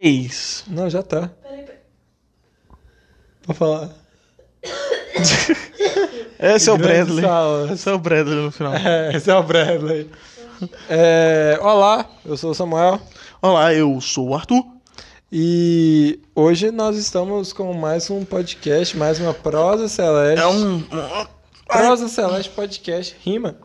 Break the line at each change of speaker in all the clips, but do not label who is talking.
É Isso.
Não, já tá.
Peraí, peraí.
Vou falar.
Esse é o
Grandes
Bradley.
salas.
Esse é o Bradley no final.
É, esse é o Bradley. É, olá, eu sou o Samuel
Olá, eu sou o Arthur.
e hoje nós estamos com mais um podcast, mais uma Prosa Celeste.
É um.
Prosa Celeste Podcast Rima.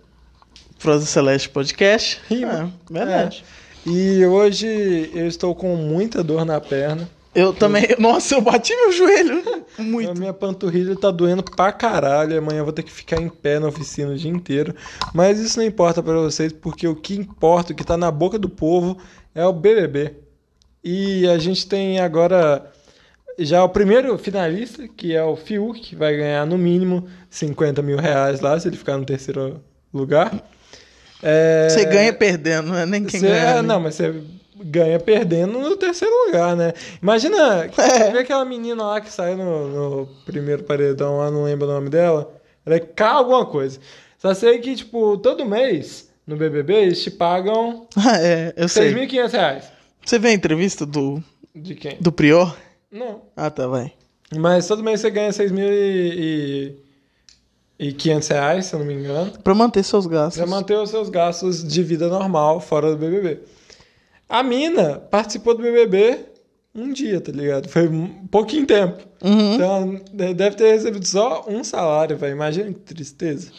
Prosa Celeste Podcast.
Rima.
É, verdade.
E hoje eu estou com muita dor na perna.
Eu também. Nossa, eu bati meu joelho.
A
Muito.
minha panturrilha tá doendo pra caralho. Amanhã eu vou ter que ficar em pé na oficina o dia inteiro. Mas isso não importa pra vocês, porque o que importa, o que tá na boca do povo, é o BBB. E a gente tem agora já o primeiro finalista, que é o Fiuk, que vai ganhar no mínimo 50 mil reais lá, se ele ficar no terceiro lugar. É,
Você ganha perdendo, não é nem quem
você-
ganha.
é,
né?
Não, mas você ganha perdendo no terceiro lugar, né?
É.
Imagina, você vê aquela menina lá que saiu no, no primeiro paredão lá, não lembro o nome dela. Era K alguma coisa. Só sei que, tipo, todo mês no BBB eles te pagam
Ah, é, eu sei.
6.500 reais.
Você vê a entrevista do,
De quem?
do Prior?
Não.
Ah, tá, vai.
Mas todo mês você ganha 6.500 reais, se eu não me engano.
Pra manter seus gastos.
Pra manter os seus gastos de vida normal fora do BBB. A mina participou do BBB um dia, tá ligado? Foi um pouquinho tempo.
Uhum.
Então, de- deve ter recebido só um salário, velho. Imagina que tristeza.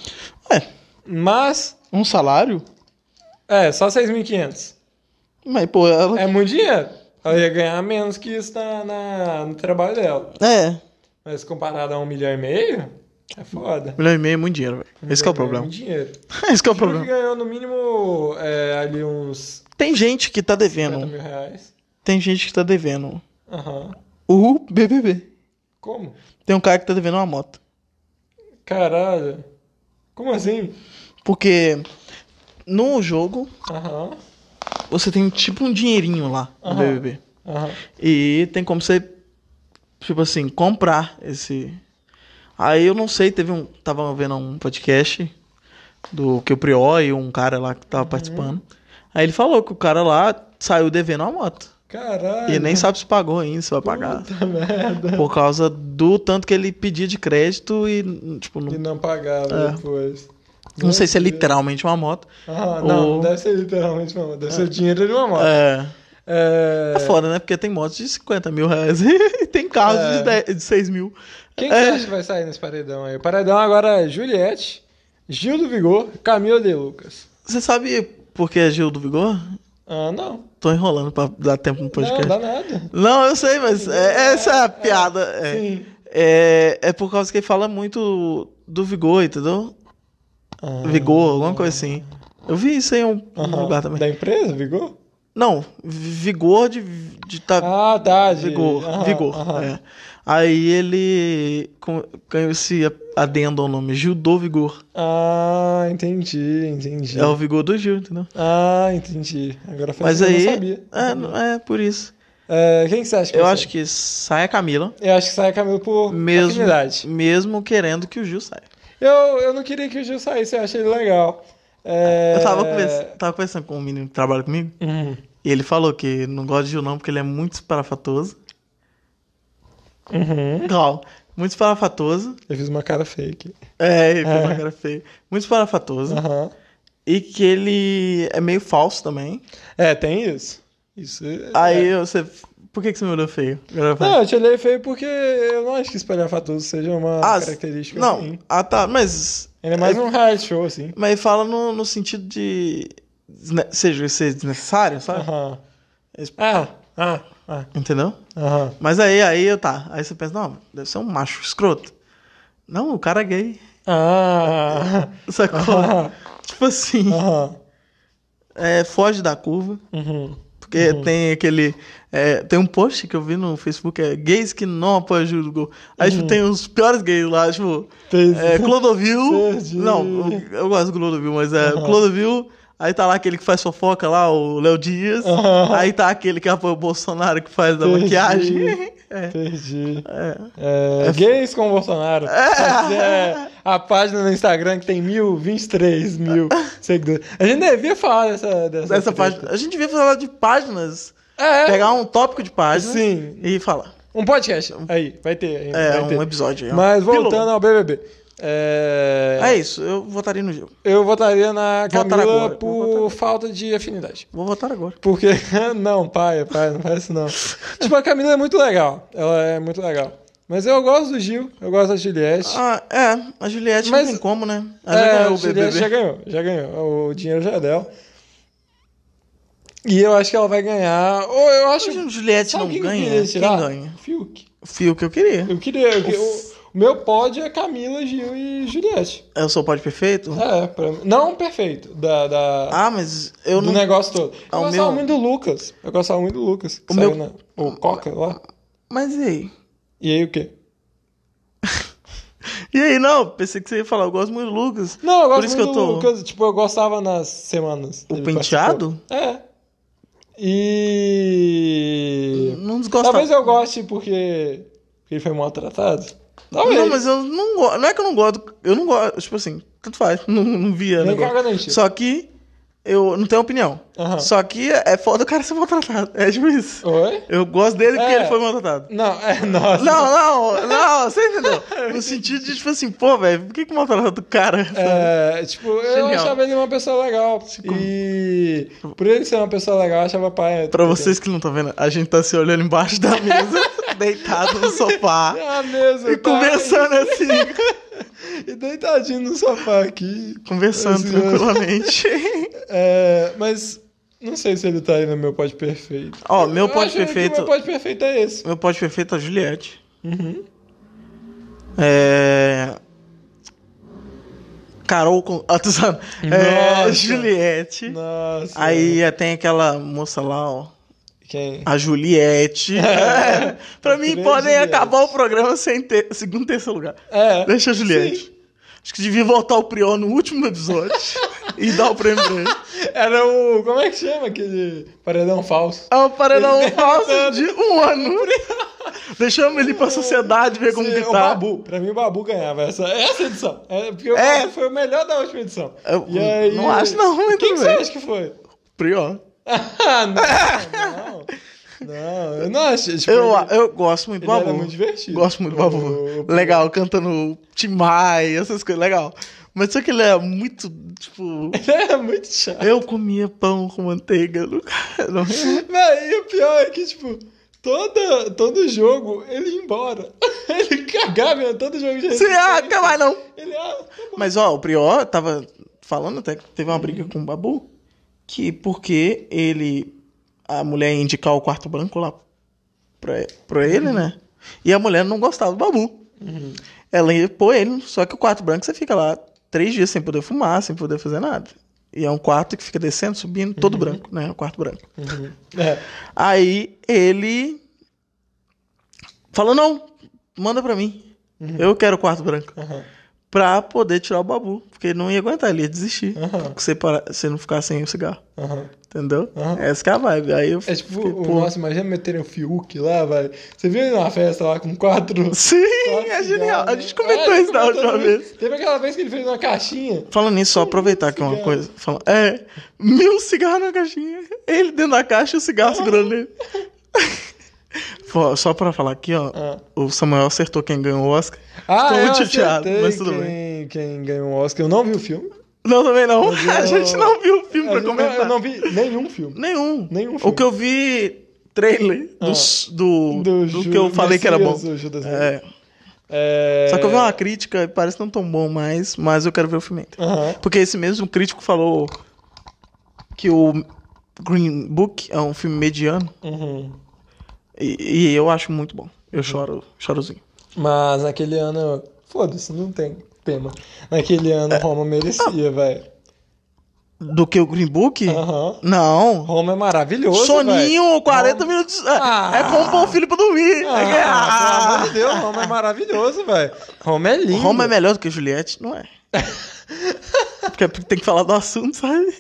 Tá.
Ué,
Mas,
É, um salário?
é, só 6.500.
Mas, pô, ela.
É muito dinheiro. Ela ia ganhar menos que isso na, na- no trabalho dela.
É.
Mas comparado a um milhão e meio, é foda.
Milhão e meio é muito dinheiro, velho. Esse que é o
Um milhão e
problema.
meio é muito dinheiro.
Esse que é o
Porque
problema.
ganhou no mínimo é, ali uns
Tem gente que tá
50
devendo.
mil reais.
Tem gente que tá devendo
Aham.
o BBB.
Como?
Tem um cara que tá devendo uma moto.
Caralho. Como assim?
Porque no jogo
Aham.
você tem tipo um dinheirinho lá no
Aham.
BBB.
Aham.
E tem como você, tipo assim, comprar esse. Aí eu não sei, teve um. Tava vendo um podcast do que o Prió e um cara lá que
Uhum.
tava participando. Aí ele falou que o cara lá saiu devendo uma moto.
Caralho.
E nem sabe se pagou ainda, se vai pagar.
Uhum. Puta merda.
Por causa do tanto que ele pedia de crédito e, tipo,
E
não,
não pagava
É.
depois.
não sei se é literalmente uma moto.
Ah, não,
Ou-
não deve ser literalmente uma moto. Deve ser o dinheiro de uma moto.
É.
É.
É foda, né? Porque tem motos de 50 mil reais e tem carros
É.
de, 10 de 6 mil.
Quem que
É.
você acha que vai sair nesse paredão aí? O paredão agora é Juliette, Gil do Vigor, Camila de Lucas.
Você sabe por que é Gil do Vigor?
Ah, não.
Tô enrolando pra dar tempo no podcast.
Não,
Não,
dá nada.
eu sei, mas é- essa é a piada. É,
Sim.
é, é por causa que ele fala muito do Vigor, entendeu?
Ah,
Vigor, alguma coisa assim. Eu vi isso em um, um
aham.
lugar também.
Da empresa, Vigor?
Não, Vigor de, de tá
Ah, tá. de-
Vigor,
aham,
Vigor.
aham.
é. Aí ele com- ganhou esse adendo ao nome, Gil do Vigor.
Ah, entendi, entendi.
É o Vigor do Gil, entendeu?
Ah, entendi. Agora faz
Mas
sentido,
aí.
eu não sabia.
É, não- é, por isso.
É, quem que você acha que
Eu
vai
acho que sai a Camila,
sair? Eu acho que sai a Camila por
Mesmo-
afinidade.
mesmo querendo que o Gil saia.
Eu, eu não queria que o Gil saísse, eu achei ele legal. É...
Eu tava, conversa- tava conversando com um menino que trabalha comigo,
Uhum,
e ele falou que não gosta de Gil, não, porque ele é muito esparafatoso.
uhum.
Não, muito esparafatoso.
Eu fiz uma cara fake.
É, ele fez
É.
uma cara feia. Muito esparafatoso.
Aham.
E que ele é meio falso também.
É, tem isso. Isso. é-
Aí você. Por que, que você me olhou feio? Agora vai.
Não, eu te olhei feio porque eu não acho que espalhafatoso seja uma
Ah,
característica
Não,
ruim.
ah tá, mas.
Ele é mais um reality show, assim.
Mas fala no, no sentido de. desne- Seja ser desnecessário, sabe?
Aham.
Esse-
Ah, ah, ah.
Entendeu?
Aham.
Mas aí, aí eu tá. Aí você pensa, não, deve ser um macho escroto. Não, o cara é gay.
Ah.
Sacou?
Aham.
Tipo assim,
Aham.
é, foge da curva.
Uhum.
Porque tem aquele. é, tem um post que eu vi no Facebook, é gays que não apoiam Gil do Gol. Aí,
Uhum.
tipo, tem os piores gays lá, tipo.
Fez-
É, Clodovil.
Perdi.
Não, eu, eu gosto do Clodovil, mas é
Aham.
Clodovil. Aí tá lá aquele que faz fofoca lá, o Léo Dias.
Aham.
Aí tá aquele que apoia o Bolsonaro que faz a
Perdi.
maquiagem. É,
Perdi.
é.
É, gays com o Bolsonaro. Essa é a página no Instagram que tem mil, 23 mil seguidores. A gente devia falar dessa, dessa
Essa
treta.
página. A gente devia falar de páginas
É,
Pegar um tópico de página
Sim.
e falar.
um podcast. Aí, vai ter ainda.
É,
vai ter.
um episódio aí. ó.
Mas voltando
Pílula.
ao BBB. É...
É isso, eu votaria no Gil.
Eu votaria na
Votar
Camila
agora.
por
Vou votar agora.
falta de afinidade.
Vou votar agora.
Porque, não, pai, pai, não faz isso não. tipo, a Camila é muito legal. Ela é muito legal. Mas eu gosto do Gil, eu gosto da Juliette.
Ah, é, a Juliette
Mas-
não tem como, né? Ela já
é,
ganhou
a
o BBB.
Juliette já ganhou, já ganhou. O dinheiro já é dela. E eu acho que ela vai ganhar. Ou eu acho.
Hoje a Juliette
Sabe
não
quem eu
ganha.
queria
Quem
tirar?
ganha?
Fiuk.
Fio que eu queria.
Eu queria. eu- eu- o meu pódio é Camila, Gil e Juliette.
Eu sou o pódio perfeito?
É, pra, não perfeito. Da, da-
Ah, mas eu
do
não.
negócio todo. Eu
Ah, o
gostava
meu-
muito do Lucas. Eu gostava muito do Lucas. que
O
saiu
meu- Ah.
na- o Coca lá.
Mas e aí?
E aí o quê?
E aí, não? Pensei que você ia falar, eu gosto muito do Lucas.
Não, eu
Por
gosto
isso que
muito
eu tô-
do Lucas. Tipo, eu gostava nas semanas.
O
que ele
penteado?
participou. É. E.
Não desgosto.
Talvez eu goste porque. porque ele foi maltratado. Talvez.
Não, mas eu não gosto. Não é que eu não gosto. Eu não gosto. Tipo assim, tanto faz. Não, não via.
Nem
negócio.
caga nem cheira.
Só que eu não tenho opinião.
Aham.
Só que é foda o cara ser maltratado. É tipo isso.
Oi?
Eu gosto dele porque
É.
ele foi maltratado.
Não, é. Nossa.
Não, não, não, você entendeu? No sentido de, tipo assim, pô, velho, por que que maltratou o cara?
É, tipo, eu
Genial.
achava ele uma pessoa legal. E por ele ser uma pessoa legal, eu achava pai.
Pra vocês que não estão vendo, a gente tá se olhando embaixo da mesa, deitado no sofá
É a mesa.
e
tá?
conversando assim,
E deitadinho no sofá aqui.
conversando
Esse-
tranquilamente.
É, mas não sei se ele tá aí no meu pódio perfeito.
Ó, meu
Eu
pódio
acho que
perfeito-
Meu Uhum. pódio perfeito é esse.
Meu pódio perfeito é a Juliette. É. Carol com. Ah, tô zoando. É,
Nossa.
Juliette.
Nossa.
Aí é, tem aquela moça lá, ó.
Quem?
A Juliette. pra mim,
Grande
podem
É. Juliette.
acabar o programa sem ter segundo, terceiro lugar.
É.
Deixa a Juliette.
Sim.
Acho que devia voltar o Prior no último episódio e dar o prêmio pra ele.
Era o. Como é que chama aquele paredão falso?
É o paredão
Ele
falso
derrotando.
de um ano. Deixamos ele pra sociedade ver como
Sim, é
que
o
tá.
Babu. Pra mim, o Babu ganhava essa, essa edição. É, porque o
É.
Babu foi o melhor da última edição.
Eu
E aí-
não acho não, mas
Quem
tudo
que você
bem.
acha que foi?
Prior.
Ah, não, não. Não, eu não acho. Tipo,
Eu,
ele-
eu gosto muito do
ele era
Babu.
muito divertido.
Gosto muito do
O-
Babu. Legal, cantando Timai, essas coisas, legal. Mas só que ele é muito, tipo...
Ele era muito chato.
Eu comia pão com manteiga no cara. não.
Véi, e o pior é que, tipo, toda, todo jogo ele ia embora. Ele cagava em todo jogo de
Sim, ah,
resistência.
quer mais não.
Ele, ah, tá bom.
Mas, ó, o Prior tava falando até que teve uma briga com o Babu, que porque ele... A mulher ia indicar o quarto branco lá pra, pra ele, né? E a mulher não gostava do Babu. Ela ia pôr ele, só que o quarto branco você fica lá três dias sem poder fumar, sem poder fazer nada. E é um quarto que fica descendo, subindo, todo branco, né? O quarto branco.
É.
Aí ele falou: não, manda pra mim. Eu quero o quarto branco.
aham,
Pra poder tirar o babu. Porque ele não ia aguentar, ele ia desistir.
Aham.
Se para... se não ficar sem o cigarro.
aham.
Entendeu?
Aham.
Essa que é a vibe. Aí eu
É tipo,
fiquei,
o,
pô,
nossa, imagina meterem o Fiuk lá, velho. Você viu ele numa festa lá com quatro. né?
Sim, é genial. A gente comentou isso da última vez.
É, Teve aquela vez que ele fez uma caixinha.
Falando nisso, só aproveitar aqui uma
Cigarro.
coisa. Fala, é, mil cigarros na caixinha. Ele dentro da caixa e o cigarro segurando ele. Pô, só pra falar aqui, ó.
Ah.
O Samuel acertou quem ganhou o Oscar.
Ah,
Tô
eu
muito chateado,
acertei
mas tudo
quem,
bem.
Quem ganhou o Oscar, eu não vi o filme.
Não, também não.
Mas eu-
A gente não viu o filme
Eu
pra
não-
comentar.
Eu não vi nenhum filme.
Nenhum.
Nenhum filme.
O que eu vi, trailer
Ah.
dos- do, do,
Do
que eu
Ju-
falei que era bom.
Messias, o Judas
É.
É...
Só que eu vi uma crítica e parece não tão bom mais, mas eu quero ver o filme ainda.
Aham.
Porque esse mesmo crítico falou que o Green Book é um filme mediano
Uhum.
e, e eu acho muito bom. Eu choro, chorozinho.
Mas naquele ano, foda-se, não tem tema. Naquele
É.
ano, Roma merecia, velho.
Do que o Green Book?
Aham.
Não.
Roma é maravilhoso,
Soninho,
véi.
40
Roma...
minutos. É,
Ah.
é como pôr o filho pra dormir.
Ah,
É que-
pelo amor
Ah.
de Deus, Roma é maravilhoso, velho. Roma é lindo.
Roma é melhor do que Juliette? Não é. Porque tem que falar do assunto, sabe?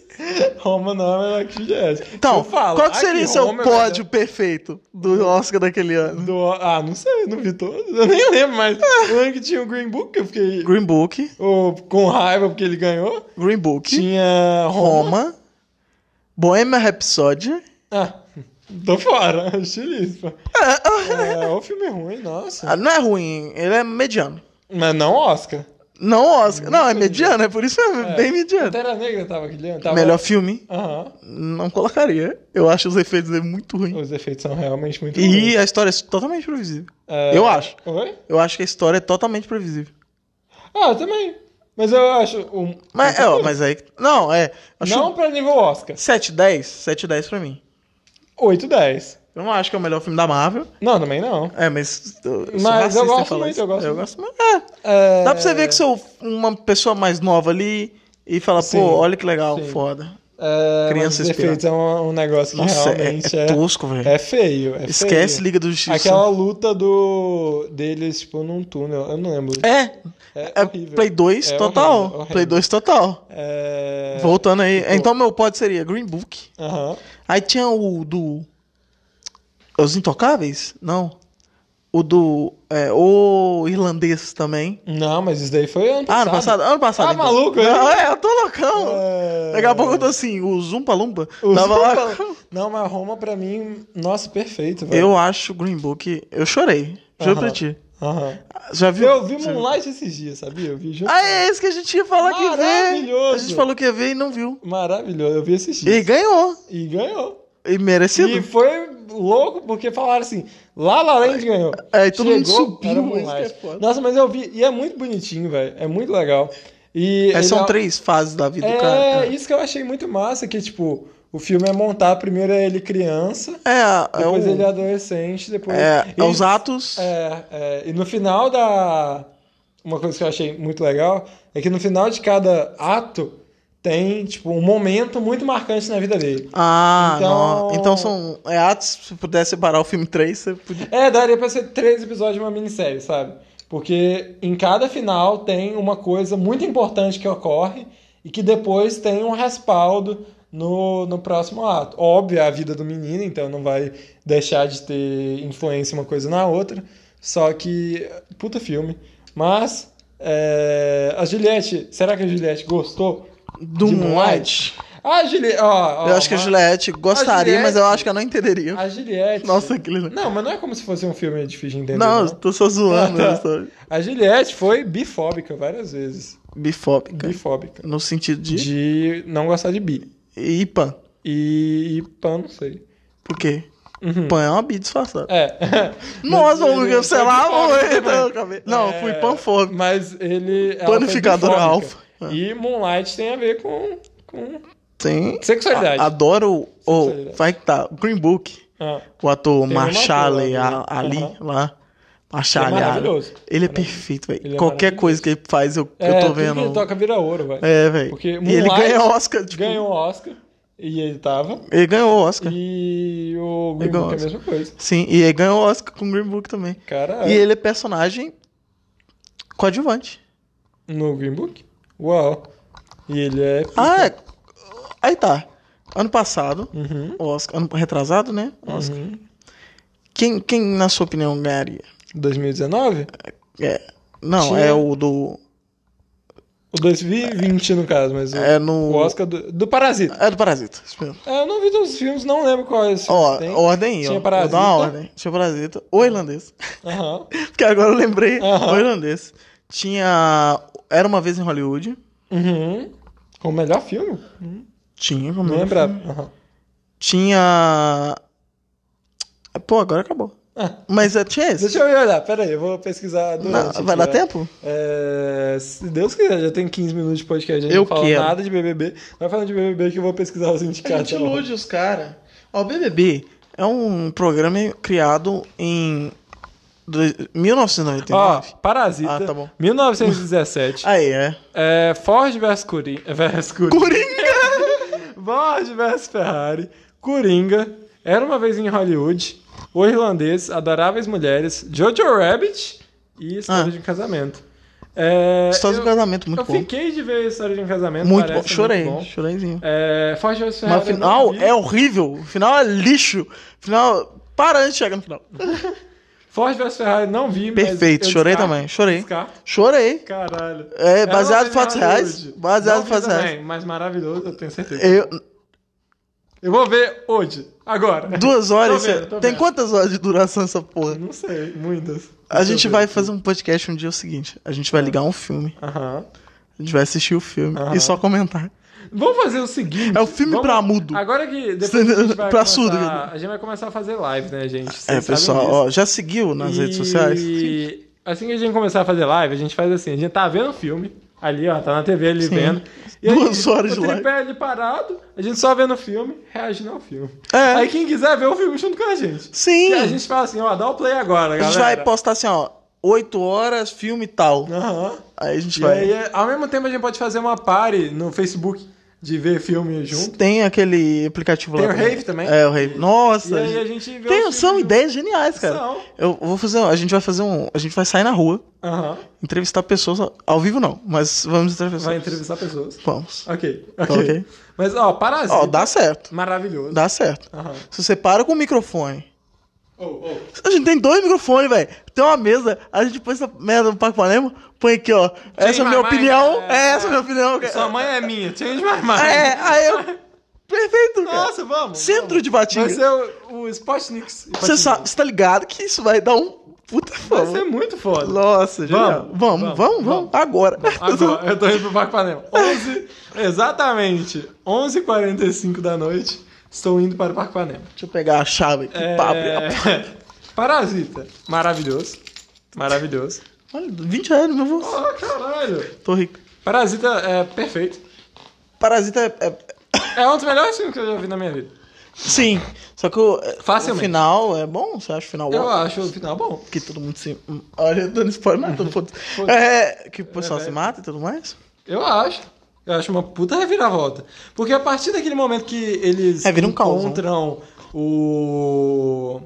Roma não é melhor que Juliette.
Então,
Se eu falar
qual que seria
que
seu
Roma é
pódio perfeito do Oscar daquele ano?
melhor do- Ah, não sei, não vi todos. Eu nem lembro, mas
Ah.
o ano que tinha o Green Book, eu fiquei
Green Book.
ô, com raiva porque ele ganhou.
Green Book.
Tinha Roma.
Roma. Bohemian Rhapsody.
Ah, Tô fora, chilispa. É, o filme é ruim, nossa.
Ah, não é ruim, ele é mediano.
Mas não Oscar.
Não Oscar. Não, é mediano, é por isso mesmo,
É.
bem mediano.
Pantera Negra tava aqui dentro? Tava...
Melhor filme,
Aham.
não colocaria. Eu acho os efeitos dele muito ruins.
Os efeitos são realmente muito ruins.
E a história é totalmente previsível.
É,
eu acho.
Oi?
Eu acho que a história é totalmente previsível.
Ah, eu também. Mas eu acho... Um...
Mas, é, ó, mas aí. Não, é. Acho
Não pra nível Oscar.
7, 10. 7, 10 pra mim.
8, 10.
Eu não acho que é o melhor filme da Marvel.
Não, também não.
É, mas. Eu, eu sou
Mas eu
racista em
gosto
falar
muito,
isso.
eu gosto
Eu
muito.
gosto muito. É.
É,
Dá pra você ver que sou uma pessoa mais nova ali e falar,
Sim,
pô, olha que legal,
sim.
foda.
é,
criança
mas os
inspirada.
efeitos é um, um negócio que
Nossa, é,
realmente
é
é,
tosco, velho.
é feio. é
Esquece
feio.
Liga do Justiça.
Aquela luta do deles, tipo, num túnel, eu não lembro.
É,
É,
é
horrível.
Play 2
É
total.
horrível, horrível.
Play 2 total.
É...
Voltando aí. Então meu pod seria Green Book.
Aham.
Aí tinha o do. Os Intocáveis? Não. O do. é, o irlandês também.
Não, mas isso daí foi ano
Ah,
passado.
ano passado? Ano passado.
Tá
então.
maluco, hein?
Não, é, eu tô loucão.
É...
Daqui a pouco eu tô assim, o Zumpa Lumpa.
O
tava lá-
Zumba- Não, mas Roma pra mim, nossa, perfeito, velho.
Eu acho o Green Book. Eu chorei. Juro
Aham.
pra ti.
Aham.
Já viu?
Eu vi
Você viu?
Moonlight esses dias, sabia? Eu vi junto.
Ah, é isso que a gente ia falar que ia ver.
Maravilhoso.
A gente falou que ia ver e não viu.
Maravilhoso, eu vi esses
E
dias.
ganhou.
E, ganhou.
E merecido.
E foi louco, porque falaram assim, La La Land ganhou.
Aí todo mundo subiu,
era
isso que é
Moonlight.
foda.
Nossa, mas eu vi, e é muito bonitinho, velho. É muito legal. E
É,
ele
são
é-
três fases da vida do
É,
cara.
isso que eu achei muito massa, que tipo, o filme é montar, primeiro é ele criança,
É, é, é,
depois
o-
ele é adolescente, depois...
é,
e,
é os atos.
É, é, e no final da... Uma coisa que eu achei muito legal é que no final de cada ato tem, tipo, um momento muito marcante na vida dele.
Ah,
Então-
então... então são é atos. Se pudesse separar o filme 3, você podia.
É, daria pra ser três episódios de uma minissérie, sabe? Porque em cada final tem uma coisa muito importante que ocorre e que depois tem um respaldo no, no próximo ato. Óbvio, é a vida do menino, então não vai deixar de ter influência uma coisa na outra. Só que. Puta filme. Mas. é, a Juliette. Será que a Juliette gostou?
Do
De
Moonlight.
Ah, Juliette. Ó, ó,
eu acho que a
mas-
Juliette gostaria,
Juliette-
mas eu acho que ela não entenderia.
A Juliette.
Nossa, que lindo.
Não, mas não é como se fosse um filme difícil de entender.
Não,
não.
eu tô só zoando.
Ah,
eu
tá.
sou
A Juliette foi bifóbica várias vezes.
Bifóbica.
Bifóbica.
No sentido de.
De não gostar de bi.
Ipa.
E, e pan, não sei.
Por quê?
Uhum.
Pan é uma bi disfarçada.
É.
Nossa,
Mas
vamos
ele
cancelar
foi bifóbico
muito.
também.
eu acabei- Não, eu fui
É,
panfóbico.
Mas ele. ela foi
Panificadora
bifóbica.
alfa.
E Moonlight tem a ver com. com
Tem.
sexualidade.
A- Adoro. Ou,
Sexualidade.
vai que tá. Green Book.
Ah,
O ator
é Tem uma
Marshalley
boa, né?
a- ali,
Aham.
lá.
é
Marshalley Ali.
maravilhoso.
Ele é perfeito, velho.
Ele é
Qualquer coisa que ele faz, eu,
É,
eu tô
tudo que ele
vendo.
toca vira ouro, velho.
É, velho.
Porque
E ele
Moonlight
ganhou Oscar, tipo.
Ganhou o Oscar. E ele tava.
Ele ganhou Oscar.
E o Green
Ele ganhou
Book é a
Oscar.
mesma coisa.
Sim, e ele ganhou Oscar com Green Book também.
Cara,
E ele é personagem coadjuvante.
no Green Book? Uau. E ele é.
Ah, é. Aí tá. Ano passado,
Uhum.
Oscar. Ano retrasado, né? Oscar.
Uhum.
Quem, quem, na sua opinião, ganharia?
2019?
É. Não,
Tinha-
é o do.
O 2020, no caso, mas o,
É no.
o Oscar do, do Parasita.
É do Parasita. Isso mesmo.
É, eu não vi todos os filmes, não lembro quais
Ó,
filmes tem.
ordem aí, ó.
Tinha
Vou dar
Parasita.
uma ordem. Tinha Parasita. O irlandês.
Aham.
Porque agora eu lembrei.
Aham.
O irlandês. Tinha... Era Uma Vez em Hollywood.
Uhum. O melhor filme?
Tinha, como
Não
é?
lembrava. Aham.
Tinha... Pô, agora acabou.
Ah,
Mas é, tinha esse.
deixa eu ir olhar, pera aí, eu vou pesquisar
Não,
durante.
vai
aqui,
dar
ó.
tempo?
É, se Deus quiser, já tem 15 minutos de podcast, a gente
Eu
não falou
quero.
nada de BBB. Vai falando de BBB que eu vou pesquisar os indicados. tá bom?
os caras. Ó, o BBB é um programa criado em do- 1999.
Ó, Parasita,
Ah, tá bom.
1917,
Aí, é.
é, Ford vs Coringa, vs Coringa,
Coringa!
Ford vs Ferrari, Coringa, Era Uma Vez em Hollywood, O Irlandês, Adoráveis Mulheres, Jojo Rabbit e História
Ah.
de um Casamento. É,
História de um
eu-
casamento, muito
Eu
bom.
fiquei de ver História de um Casamento,
Muito
parece
bom. Chorei,
muito bom.
choreizinho.
É, Ford vs Ferrari.
Mas o
eu não
final
vi.
é horrível. O final é lixo. O final. Para antes de chegar no final.
Ford vs Ferrari, não vi, mas
Perfeito,
eu
chorei
descarto,
também, chorei.
descarto.
Chorei.
Caralho.
É,
Era
baseado em
Uma Vez
fatos reais.
Hollywood.
Baseado
Não
em
vi
fatos reais.
também, Mas maravilhoso, eu tenho certeza.
Eu,
Eu vou ver hoje, agora.
Duas horas.
Tô vendo,
cê-
tô
Tem
vendo.
quantas horas de duração essa porra?
Não sei, muitas.
A
Deixa eu
gente
ver
vai
aqui.
fazer um podcast um dia é o seguinte: a gente vai ligar um filme,
Aham.
a gente vai assistir o filme
Aham.
e só comentar.
Vamos fazer o seguinte.
É o filme
vamos-
pra mudo.
Agora que depois a gente vai
Pra
começar,
surdo.
A gente vai começar a fazer live, né, gente? Vocês
É,
sabem
pessoal,
disso.
ó, já seguiu nas redes sociais?
E assim que a gente começar a fazer live, a gente faz assim, a gente tá vendo o filme, ali, ó, tá na TV ali
Sim.
vendo.
Duas horas
o
de live.
tripé ali parado, a gente só vendo o filme, reagindo ao filme.
É.
Aí quem quiser ver o filme junto com a gente.
Sim!
E a gente fala assim, ó, dá o play agora, galera.
vai postar assim, ó, 8 horas, filme e tal.
Aham.
Aí a gente
E
vai.
aí, é- ao mesmo tempo, a gente pode fazer uma party no Facebook de ver filme junto.
Tem aquele aplicativo
Tem
lá.
o Rave também.
É, o Rave. Nossa.
E aí a gente vê
Tem,
os
são
filmes
ideias geniais, cara.
São.
Eu vou fazer, a gente vai fazer um, a gente vai sair na rua,
Aham.
entrevistar pessoas ao vivo não, mas vamos entrevistar.
Vai
pessoas.
entrevistar pessoas.
Vamos.
Ok,
Tá
ok.
ok.
Mas, ó, Parasita.
Ó, dá certo.
Maravilhoso.
Dá certo.
Aham.
Se você para com o microfone.
Oh, oh.
A gente tem dois microfones, velho. Tem uma mesa, a gente põe essa merda no Paco Panema, põe aqui, ó. Essa é a minha
my mind.
opinião,
É,
é essa a minha opinião. cara.
Sua mãe é minha. Change my mind.
É, aí eu. Perfeito, cara.
Nossa, vamos.
Centro de
Vai
batida.
ser o, o Spotniks.
Você sabe, você tá ligado que isso vai dar um puta
Vai
fama.
ser muito foda.
Nossa, genial.
Vamos,
Vamos, vamos, vamos,
vamos.
agora.
Agora, eu tô indo pro Parque Panema. 11, exatamente 11h45 da noite, estou indo para o Parque Panema.
Deixa eu pegar a chave aqui pra abrir a...
É... Parasita. Maravilhoso. Maravilhoso.
Olha, 20 reais, meu avô.
Oh, caralho.
Tô rico.
Parasita é perfeito.
Parasita é. é-
É um dos melhores filmes que eu já vi na minha vida.
Sim, só que o, o
Facilmente.
final é bom? Você acha o final
Eu
bom?
acho o final bom.
Que todo mundo se. Olha, eu dando spoiler, mas todo mundo. É, que o pessoal se
velho.
mata e tudo mais?
Eu acho. Eu acho uma puta reviravolta. Porque a partir daquele momento que eles
É, vira um caos,
encontram o.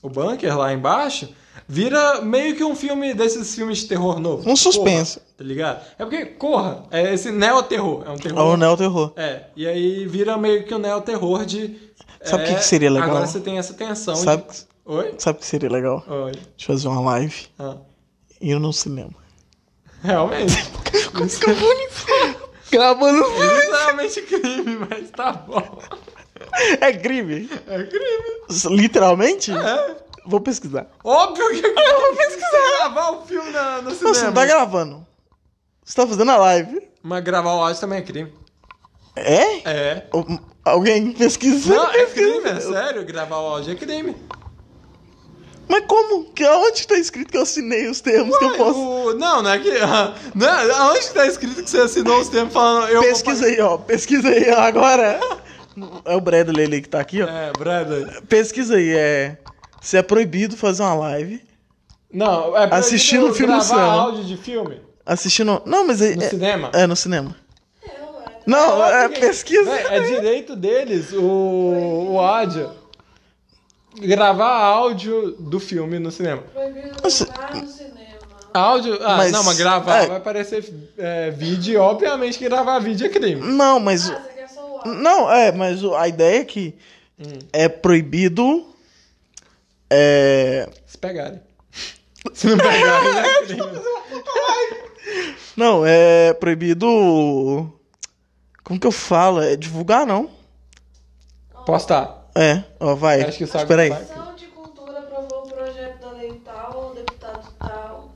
o bunker lá embaixo, vira meio que um filme desses filmes de terror novo.
Um suspense.
Corra, tá ligado? É porque, corra, é esse neo-terror. É um terror.
É o Neo Terror.
É, e aí vira meio que um neo-terror de.
Sabe o que
é,
que seria legal?
Agora você tem essa tensão. de-
Sabe-
Oi?
Sabe o que seria legal?
Oi.
Deixa eu fazer uma live
Ah,
e ir no cinema.
realmente.
Fica bonito. Gravando
um
o filme.
Literalmente é crime, mas tá bom.
É crime.
É crime.
Literalmente?
É.
Vou pesquisar.
Óbvio que eu vou pesquisar. gravar o filme na, no
Não, você
cinema.
não tá gravando. Você tá fazendo a live.
Mas gravar o áudio também é crime.
É?
É.
Al- Alguém pesquisa.
Não, é
pesquisa.
crime, é sério. Gravar o áudio é crime.
Mas como? Que, aonde tá escrito que eu assinei os termos que eu
Ué,
posso.
o- Não, não é que... Não é... Aonde que tá escrito que você assinou os termos falando... Eu vou
Pesquisa aí, ó. Pesquisa aí, ó. Agora. É o Bradley ali que tá aqui, ó.
pagar- É, Bradley.
Pesquisa aí, é. Se é proibido fazer uma live.
Não, é proibido
Assistindo o filme no
gravar
cinema.
áudio de filme
Assistindo. Não, mas. É,
no
é-
cinema.
é no cinema. Não,
Óbvio
é
que-
pesquisa.
Véi, É direito deles o, o áudio. Gravar áudio do filme no cinema.
Proibido
Nossa.
gravar no cinema.
Áudio. Ah,
Mas-
não, mas gravar
é.
vai aparecer é, vídeo. e Obviamente que gravar vídeo é crime.
Não, mas.
Ah, você quer só o áudio.
Não, é, mas o- a ideia é que
Hum.
é proibido. É.
Se pegarem. Se não pegarem,
né?
não é crime.
Não, é proibido. Como que eu falo? É divulgar, não?
Postar.
É, ó, vai.
Acho que sabe
Espera aí.
como
Comissão de Cultura aprovou o projeto da lei tal, deputado tal,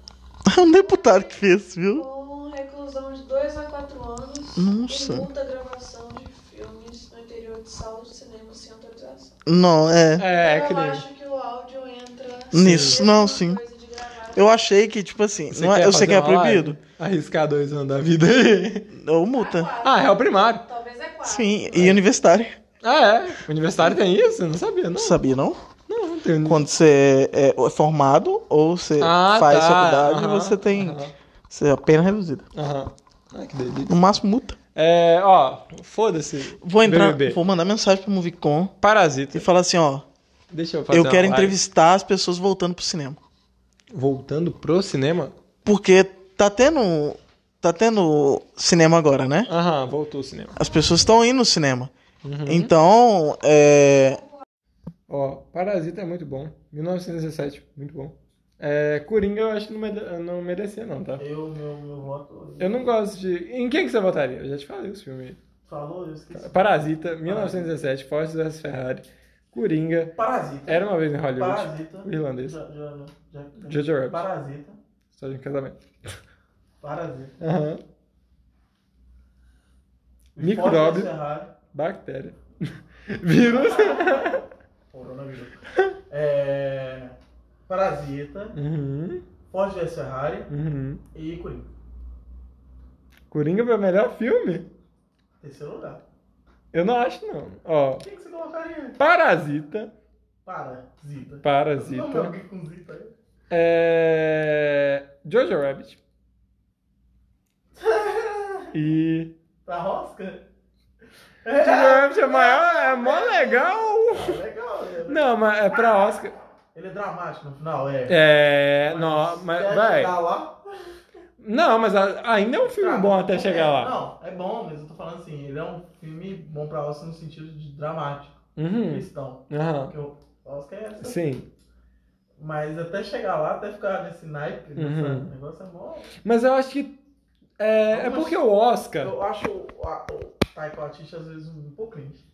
É um deputado que fez, viu?
com reclusão de 2 a 4 anos
Nossa.
e multa à gravação de filmes no interior de salas de cinema sem autorização.
Não, é.
É, é
Eu
crime.
acho que o áudio entra
Nisso,
na mesma
não, sim.
coisa de gravar.
Eu achei que, tipo assim, não é, eu sei que
fazer
é
uma live?
proibido.
Arriscar dois anos da vida aí.
Ou
Ah,
multa.
quatro.
Ah, é o primário.
Talvez é 4.
Sim, e universitário.
Ah, é. Universitário tem isso? Eu não sabia, não.
Sabia, não?
Não, não tem.
Quando você é é formado ou você
Ah,
faz
tá.
faculdade,
Aham,
você tem.
aham.
Você é pena reduzida.
Aham. Ah, que delícia.
No máximo, multa.
É, ó, foda-se.
Vou entrar,
BBB.
vou mandar mensagem pro Movicon
Parasita.
e falar assim, ó,
Deixa eu fazer
eu
uma
quero
live.
entrevistar as pessoas voltando pro cinema.
Voltando pro cinema?
Porque tá tendo. Tá tendo cinema agora, né?
Aham, voltou o cinema.
As pessoas estão indo no cinema.
Uhum.
Então, é.
Ó, Parasita é muito bom. 1917, muito bom. É, Coringa eu acho que não, mere- não merecia, não, tá?
Eu, meu, meu voto.
Eu não gosto de. Em quem que você votaria? Eu já te falei os filmes aí.
Falou, eu esqueci.
Parasita, 1917, Ford vs Ferrari, Coringa,
Parasita.
Era uma vez em Hollywood,
Parasita.
o irlandês,
Já, já, já, já-
Jojo Rabbit.
Parasita.
história de um casamento.
Parasita.
Aham.
Ford
Micróbio.
vs Ferrari.
Bactéria. Vírus.
Coronavírus. É, Parasita.
Uhum,
Ford vs Ferrari.
uhum.
E Coringa.
Coringa foi o melhor filme?
Terceiro lugar.
Eu não acho, não. Ó,
O que, que você colocaria?
Parasita.
Parasita. Não,
Parasita.
alguém com zita aí.
É... Jojo Rabbit. E...
Tá rosca?
Jojo Rabbit é maior, é mó legal.
É legal, né?
Não, mas é pra Oscar.
Ele é dramático no final, é.
É... Não, mas...
Quer
Vai.
chegar lá?
Não, mas a- ainda é um filme
Tá,
bom até
não
chegar
é,
lá.
Não, é bom, mas eu tô falando assim, ele é um filme bom pra Oscar no sentido de dramático,
Uhum.
cristão.
Aham.
Porque o Oscar é essa.
Sim.
Mas até chegar lá, até ficar nesse naipe,
Uhum.
nesse negócio é bom.
Mas eu acho que... É, é porque o Oscar...
Eu acho o, a- o Taiko Atiti às vezes um pouco cringe.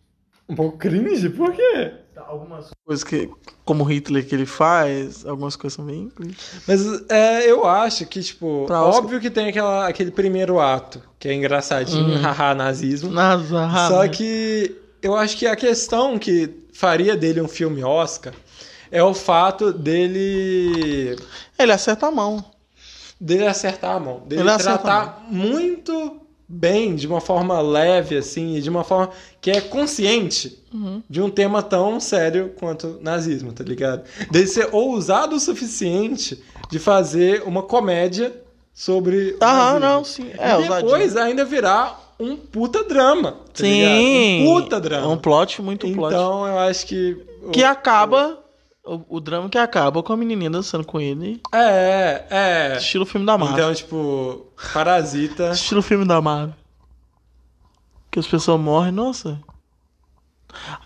Um pouco cringe? Por quê?
Tá, Algumas
Coisas que, como Hitler que ele faz, algumas coisas são bem incríveis.
Mas é, eu acho que, tipo,
Pra Oscar-
óbvio que tem aquela, aquele primeiro ato, que é engraçadinho,
Hum.
haha, nazismo.
Nazar,
Só
né?
que eu acho que a questão que faria dele um filme Oscar é o fato dele
Ele acerta a mão.
dele acertar a mão, dele
Ele acerta a
tratar muito bem, de uma forma leve assim, e de uma forma que é consciente
Uhum.
de um tema tão sério quanto nazismo, tá ligado? Dele ser ousado o suficiente de fazer uma comédia sobre o
Ah,
nazismo.
não, sim. É,
e
ousadia.
depois ainda virar um puta drama, tá
Sim.
ligado? Um puta drama.
É um plot, muito plot.
Então eu acho que.
Que acaba. O, o drama que acaba com a menininha dançando com ele.
É, é.
Estilo filme da Marvel.
Então, tipo, Parasita.
Estilo filme da Marvel. Que as pessoas morrem, nossa.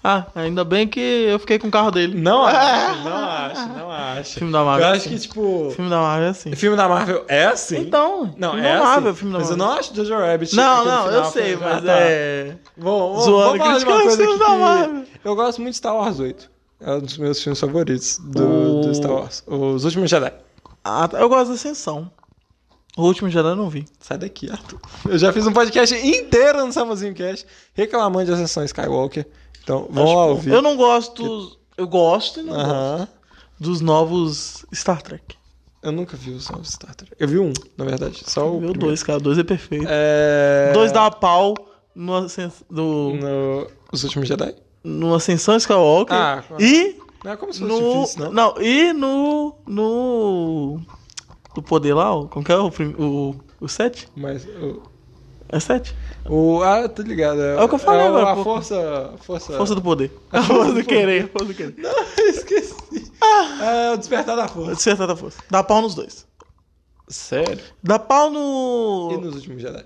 Ah, ainda bem que eu fiquei com o carro dele.
Não acho, não acho, não acho.
Filme da Marvel.
Eu
é
acho
assim.
que, tipo,
Filme da Marvel é assim.
filme da Marvel é assim.
Então,
não,
filme
é
da
assim.
Marvel, filme da
mas
Marvel.
eu não acho Jojo Rabbit.
Não,
aquele
não, eu
final,
sei,
falando,
mas
ah, tá.
é.
Bom, vamos-
Zoando,
vamos falar de uma
criticando
coisa
os filmes da
aqui
Marvel.
que... Eu gosto muito de Star Wars 8. É um dos meus filmes favoritos do, do
O-
Star Wars. Os Últimos Jedi.
Ah, tá, eu gosto da Ascensão. O último Jedi eu não vi.
Sai daqui, Arthur. Eu já fiz um podcast inteiro no Samuzinho Cast reclamando de Ascensão Skywalker. Então, vão
Acho
lá
bom.
ouvir.
Eu não gosto. Eu gosto e não gosto
Aham.
dos novos Star Trek.
Eu nunca vi os novos Star Trek. Eu vi um, na verdade. Só o
Meu
primeiro.
dois, cara. Dois é perfeito.
É...
Dois dá pau no, ascens- do,
No... Os Últimos Jedi?
no Ascensão Skywalker.
Ah, claro.
E
Não é como se fosse
no.
difícil, não.
não, e no. No. Do poder lá, ó, como que é o, prim- o, o 7?
Mas o...
É 7?
o... Ah, tô ligado.
É o que eu falei agora,
A
pô.
força... É. Força...
Força do poder. A força do
poder.
querer, a força do querer.
Não, esqueci. Ah, o Despertar da Força.
Acertar da força. Dá pau nos dois.
Sério?
Dá pau
E
no.
nos Últimos Jedi?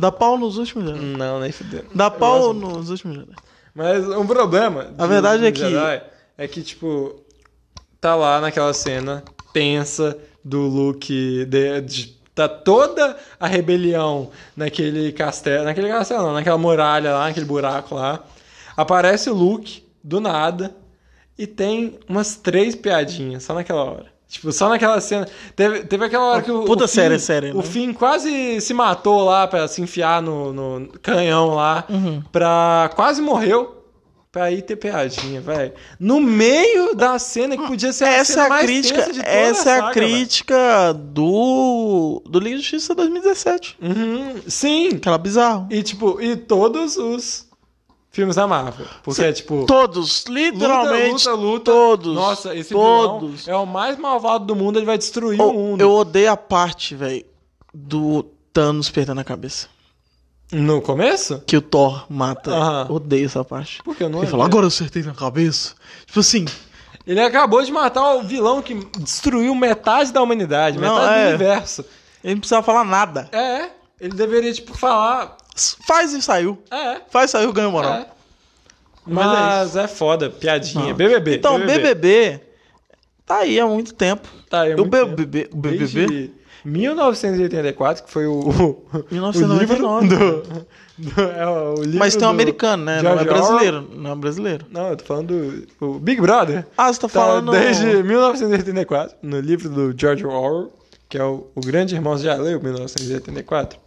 Dá pau nos últimos Jedi.
Não, nem fudendo.
Dá
Eu
pau
gosto
nos últimos Jedi.
Mas um problema.
A verdade é que-
Jedi é que, tipo, tá lá naquela cena tensa do Luke. De, de- tá toda a rebelião naquele castelo. Naquele castelo, não, naquela muralha lá, naquele buraco lá. Aparece o Luke, do nada, e tem umas três piadinhas só naquela hora. Tipo, só naquela cena. Teve, teve aquela hora que o.
Ah, Puta
o
série,
Finn-
série, né?
O Finn quase se matou lá pra se enfiar no, no canhão lá.
Uhum.
Pra. Quase morreu. Pra ir ter piadinha, velho. No meio da cena que podia ser a
Essa
cena
é a
mais
crítica,
tensa de toda
essa
a
é
saga,
a crítica do do Liga de Justiça 2017.
velho. Uhum, sim.
Aquela bizarro.
E tipo, e todos os filmes da Marvel. Porque é tipo.
Todos, literalmente
luta, luta, luta.
todos.
Nossa, esse
todos.
vilão é o mais malvado do mundo, ele vai destruir
Oh,
o mundo.
eu odeio a parte, velho, do Thanos perdendo a cabeça.
No começo?
Que o Thor mata.
Aham.
Eu Odeio essa parte.
Porque eu não
Ele fala,
odeio.
agora eu acertei na cabeça. Tipo assim,
Ele acabou de matar o vilão que destruiu metade da humanidade,
Não,
metade do
é.
universo.
ele não precisava falar nada.
É, ele deveria, tipo, falar.
S- Faz e saiu.
É,
Faz, saiu, ganha moral.
é. Mas é, foda, piadinha.
Não.
BBB.
Então, BBB. tá aí há muito tempo.
Tá, é
o
muito
BBB, o
tempo.
BBB
Desde 1984, que foi o, o, o livro
1999.
do- do- é o livro
Mas tem um
do-
americano, né? Não é
George
brasileiro. Não é brasileiro.
Não, eu tô falando do o Big Brother.
Ah, você tá
Tá
falando.
desde 1984, no livro do George Orwell, que é o, o grande irmão, você já leu 1984?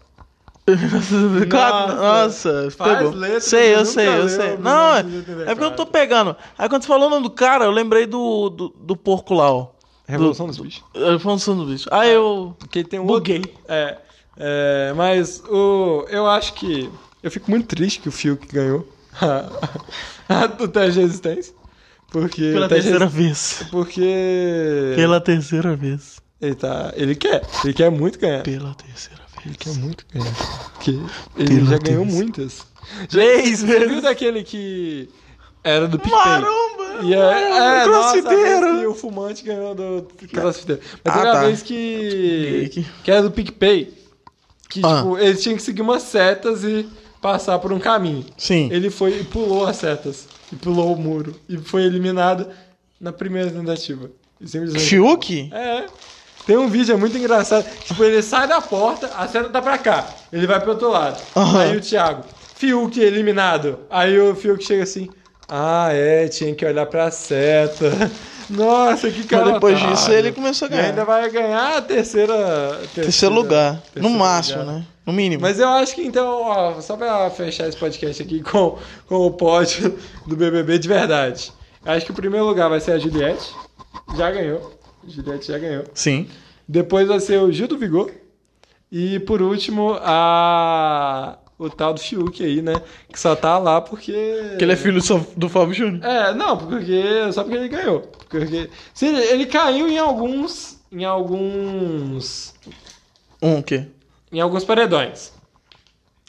Claro, nossa,
faz
pegou.
letra que
sei, eu
nunca
sei, eu
leu,
sei.
mas
Não,
não
é
precisa
é porque eu tô
ter
pegando. Aí quando você falou o nome do cara, eu lembrei do, do, do porco lá, ó.
Revolução dos Bichos.
Eu falando do bicho. Aí eu.
Porque tem um
Buguei.
outro. É, é, mas o, eu acho que. Eu fico muito triste que o Fiuk ganhou a, a do teste de resistência. Porque.
Pela
o teste de
terceira vez.
resistência- Porque.
Pela terceira vez.
Ele, tá, ele quer. Ele quer muito ganhar.
Pela terceira vez.
Ele quer muito ganhar. Porque ele
Pela
já
terceira.
ganhou muitas.
Três
Você
vezes.
viu daquele que. Era do PicPay.
Maromba!
E é, é,
o
nossa, a
crossfiteiro.
vez que o fumante ganhou do crossfiteiro. Mas
Ah,
teve
tá.
uma vez que.
Geek.
Que era do PicPay. Que,
Ah.
tipo, ele tinha que seguir umas setas e passar por um caminho.
Sim.
Ele foi e pulou as setas. E pulou o muro. E foi eliminado na primeira tentativa. E simplesmente-
Fiuk?
É. Tem um vídeo, é muito engraçado. Tipo, ele sai da porta, a seta tá pra cá. Ele vai pro outro lado.
Aham.
Aí o Thiago, Fiuk eliminado. Aí o Fiuk chega assim. Ah, é, tinha que olhar pra seta. Nossa, que cara.
depois
otário."
disso, ele começou a ganhar.
E ainda vai ganhar a terceira. terceira-
Terceiro lugar. no
terceiro
máximo,
lugar.
né? No mínimo.
Mas eu acho que então, ó, só pra fechar esse podcast aqui com, com o pódio do BBB de verdade. Eu acho que o primeiro lugar vai ser a Juliette. Já ganhou. Juliette já ganhou.
Sim.
Depois vai ser o Gil do Vigor. E por último, a. O tal do Fiuk aí, né? Que só tá lá porque.
Porque ele é filho só- do Fábio Júnior.
É, não, porque. Só porque ele ganhou. Porque. Se ele, ele caiu em alguns. Em alguns.
Um o quê?
Em alguns paredões.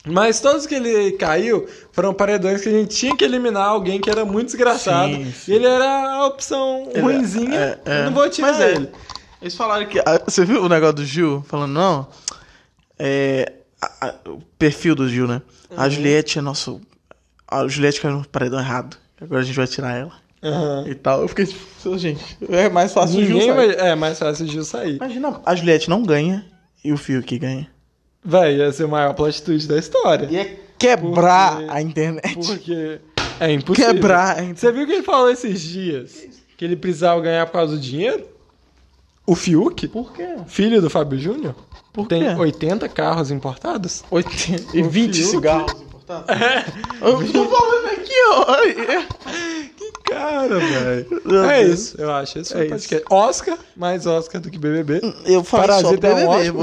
Mas todos que ele caiu foram paredões que a gente tinha que eliminar alguém que era muito desgraçado.
Sim, sim.
E ele era a opção
Ele-
ruinzinha.
é, é.
eu não vou tirar
Mas é.
ele.
Eles falaram que. ah, Você viu o negócio do Gil? Falando, não. É. a- a- o perfil do Gil, né? A Juliette é nosso. A Juliette caiu no paredão errado. Agora a gente vai tirar ela.
Aham.
E tal. Eu fiquei tipo, gente, é mais fácil o Gil.
Ninguém
Sair.
vai... É mais fácil o Gil sair.
Imagina, a Juliette não ganha e o Fiuk ganha.
Vai, ia ser o maior plot twist da história.
Ia quebrar
Porque-
a internet.
Porque é impossível.
Quebrar a internet.
Você viu que ele falou esses dias? Que ele precisava ganhar por causa do dinheiro? O Fiuk,
Por quê?
filho do Fábio Júnior,
Por quê?
tem 80 carros importados.
80 e
O
20
Fiuk.
cigarros importados. Eu tô falando aqui, ó.
Cara, velho.
Meu
É
Deus.
isso, eu acho. Esse
É
foi o
isso.
podcast. Oscar, mais Oscar do que BBB.
Eu falei só do
Parasita é um
BBB,
ótimo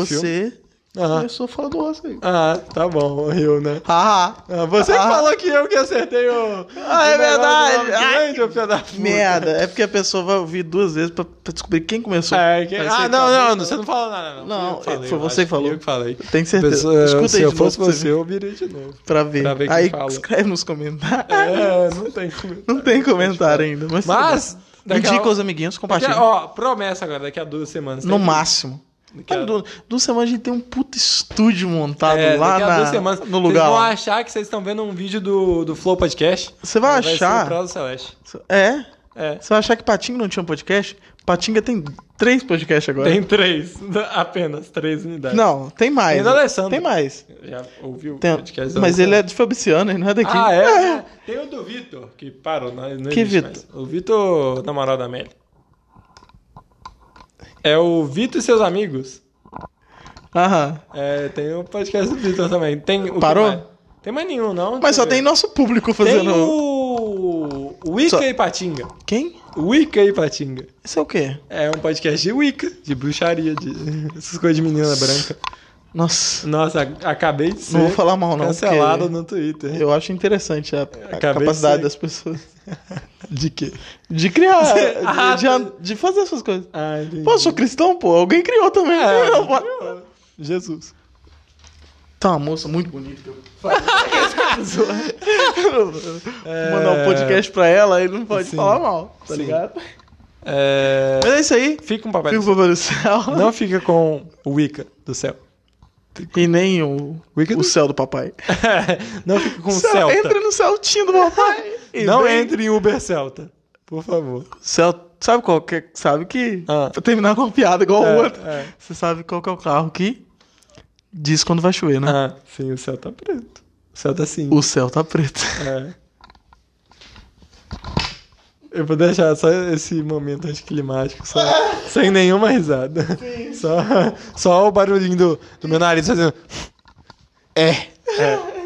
você
Ah,
começou falando do Oscar aí.
ah, tá bom, eu, né?
Ah,
Ah, você que
Ah.
falou que eu que acertei o.
Ah, é
o negócio
verdade.
do nome
Ai,
grande, ô filho da puta.
merda. É porque a pessoa vai ouvir duas vezes pra, pra descobrir quem começou.
É, que-
Vai
Ah,
ser
não,
cada
não,
um.
não, você não falou nada, não.
Não,
Fui eu que falei,
foi
eu
você
acho.
que falou.
Fui Eu que falei.
Tenho certeza.
Pessoa-
Escuta
se
aí
eu
de
fosse
novo pra
você, eu viria de novo.
Pra ver.
pra ver quem
aí
fala.
escreve nos comentários.
É, não tem comentário.
Não tem comentário ainda, mas...
Mas, daqui a-
Indica os amiguinhos,
daqui
compartilha.
a, ó, promessa agora, daqui a duas semanas.
No
tem-
máximo.
Daqui a-
Cara, du- duas semanas a gente tem um puto estúdio montado
É,
lá
daqui a
na-
duas semanas.
no lugar.
Vocês vão
lá.
achar que vocês estão vendo um vídeo do, do Flow Podcast.
Você vai
ser o
achar-
Prosa Celeste.
É?
É.
Você vai achar que Patinga não tinha um podcast? Patinga tem três podcasts agora.
Tem três. Apenas três unidades.
Não, tem mais.
Tem do Alessandro.
Tem mais.
Já ouviu
Tem-
o podcast da
Mas
Luciana?
ele é de Fabriciano, ele não é daqui.
Ah, é? Tem o do Vitor, que parou, não, não
Que
existe
Vitor?
mais. O Vitor, namorado da Amélia. É o Vitor e seus amigos.
Aham.
É, tem o podcast do Vitor também. Tem o que
Parou?
mais? Tem mais nenhum, não.
Mas
Deixa
só
eu
tem
ver.
nosso público
Tem
fazendo.
o... o Wicca
Só-
e Patinga.
Quem?
Wicca e Patinga.
Isso é o quê?
É um podcast de Wicca, de bruxaria, de essas coisas de menina branca.
Nossa,
Nossa, a- acabei de ser
não vou falar mal, não.
cancelado
porque
no Twitter.
Eu acho interessante a, a
Acabei de
capacidade
ser-
das pessoas
De quê?
de criar,
Ah,
de, de an- de fazer essas coisas.
Ah, entendi.
Pô, eu sou cristão, pô. Alguém criou também.
É,
Não, pô.
Jesus.
Tá uma moça muito bonita. que eu falei. Mandar um podcast pra ela, ele não pode
Sim.
falar mal, tá
Sim.
ligado?
É...
Mas é isso aí.
Fica um papel.
Fica um o papel do céu.
Não fica com o Wicca do céu.
E nem o,
Wicca
o
do-
céu do papai.
não fica com o
Céu, tá.
Celta.
Entra no Celtinho do papai. E
Não
vem-
entre em Uber Celta. Por favor.
Cel- sabe qual que é- Sabe que.
Ah.
Pra terminar com uma piada igual o
É,
outro.
é.
Você sabe qual que é o carro que diz quando vai chover, né?
Ah, sim, o céu tá preto. O céu tá cinza.
O céu tá preto.
É. Eu vou deixar só esse momento anticlimático, só, sem nenhuma risada. Só, só o barulhinho do, do meu nariz fazendo. É. É.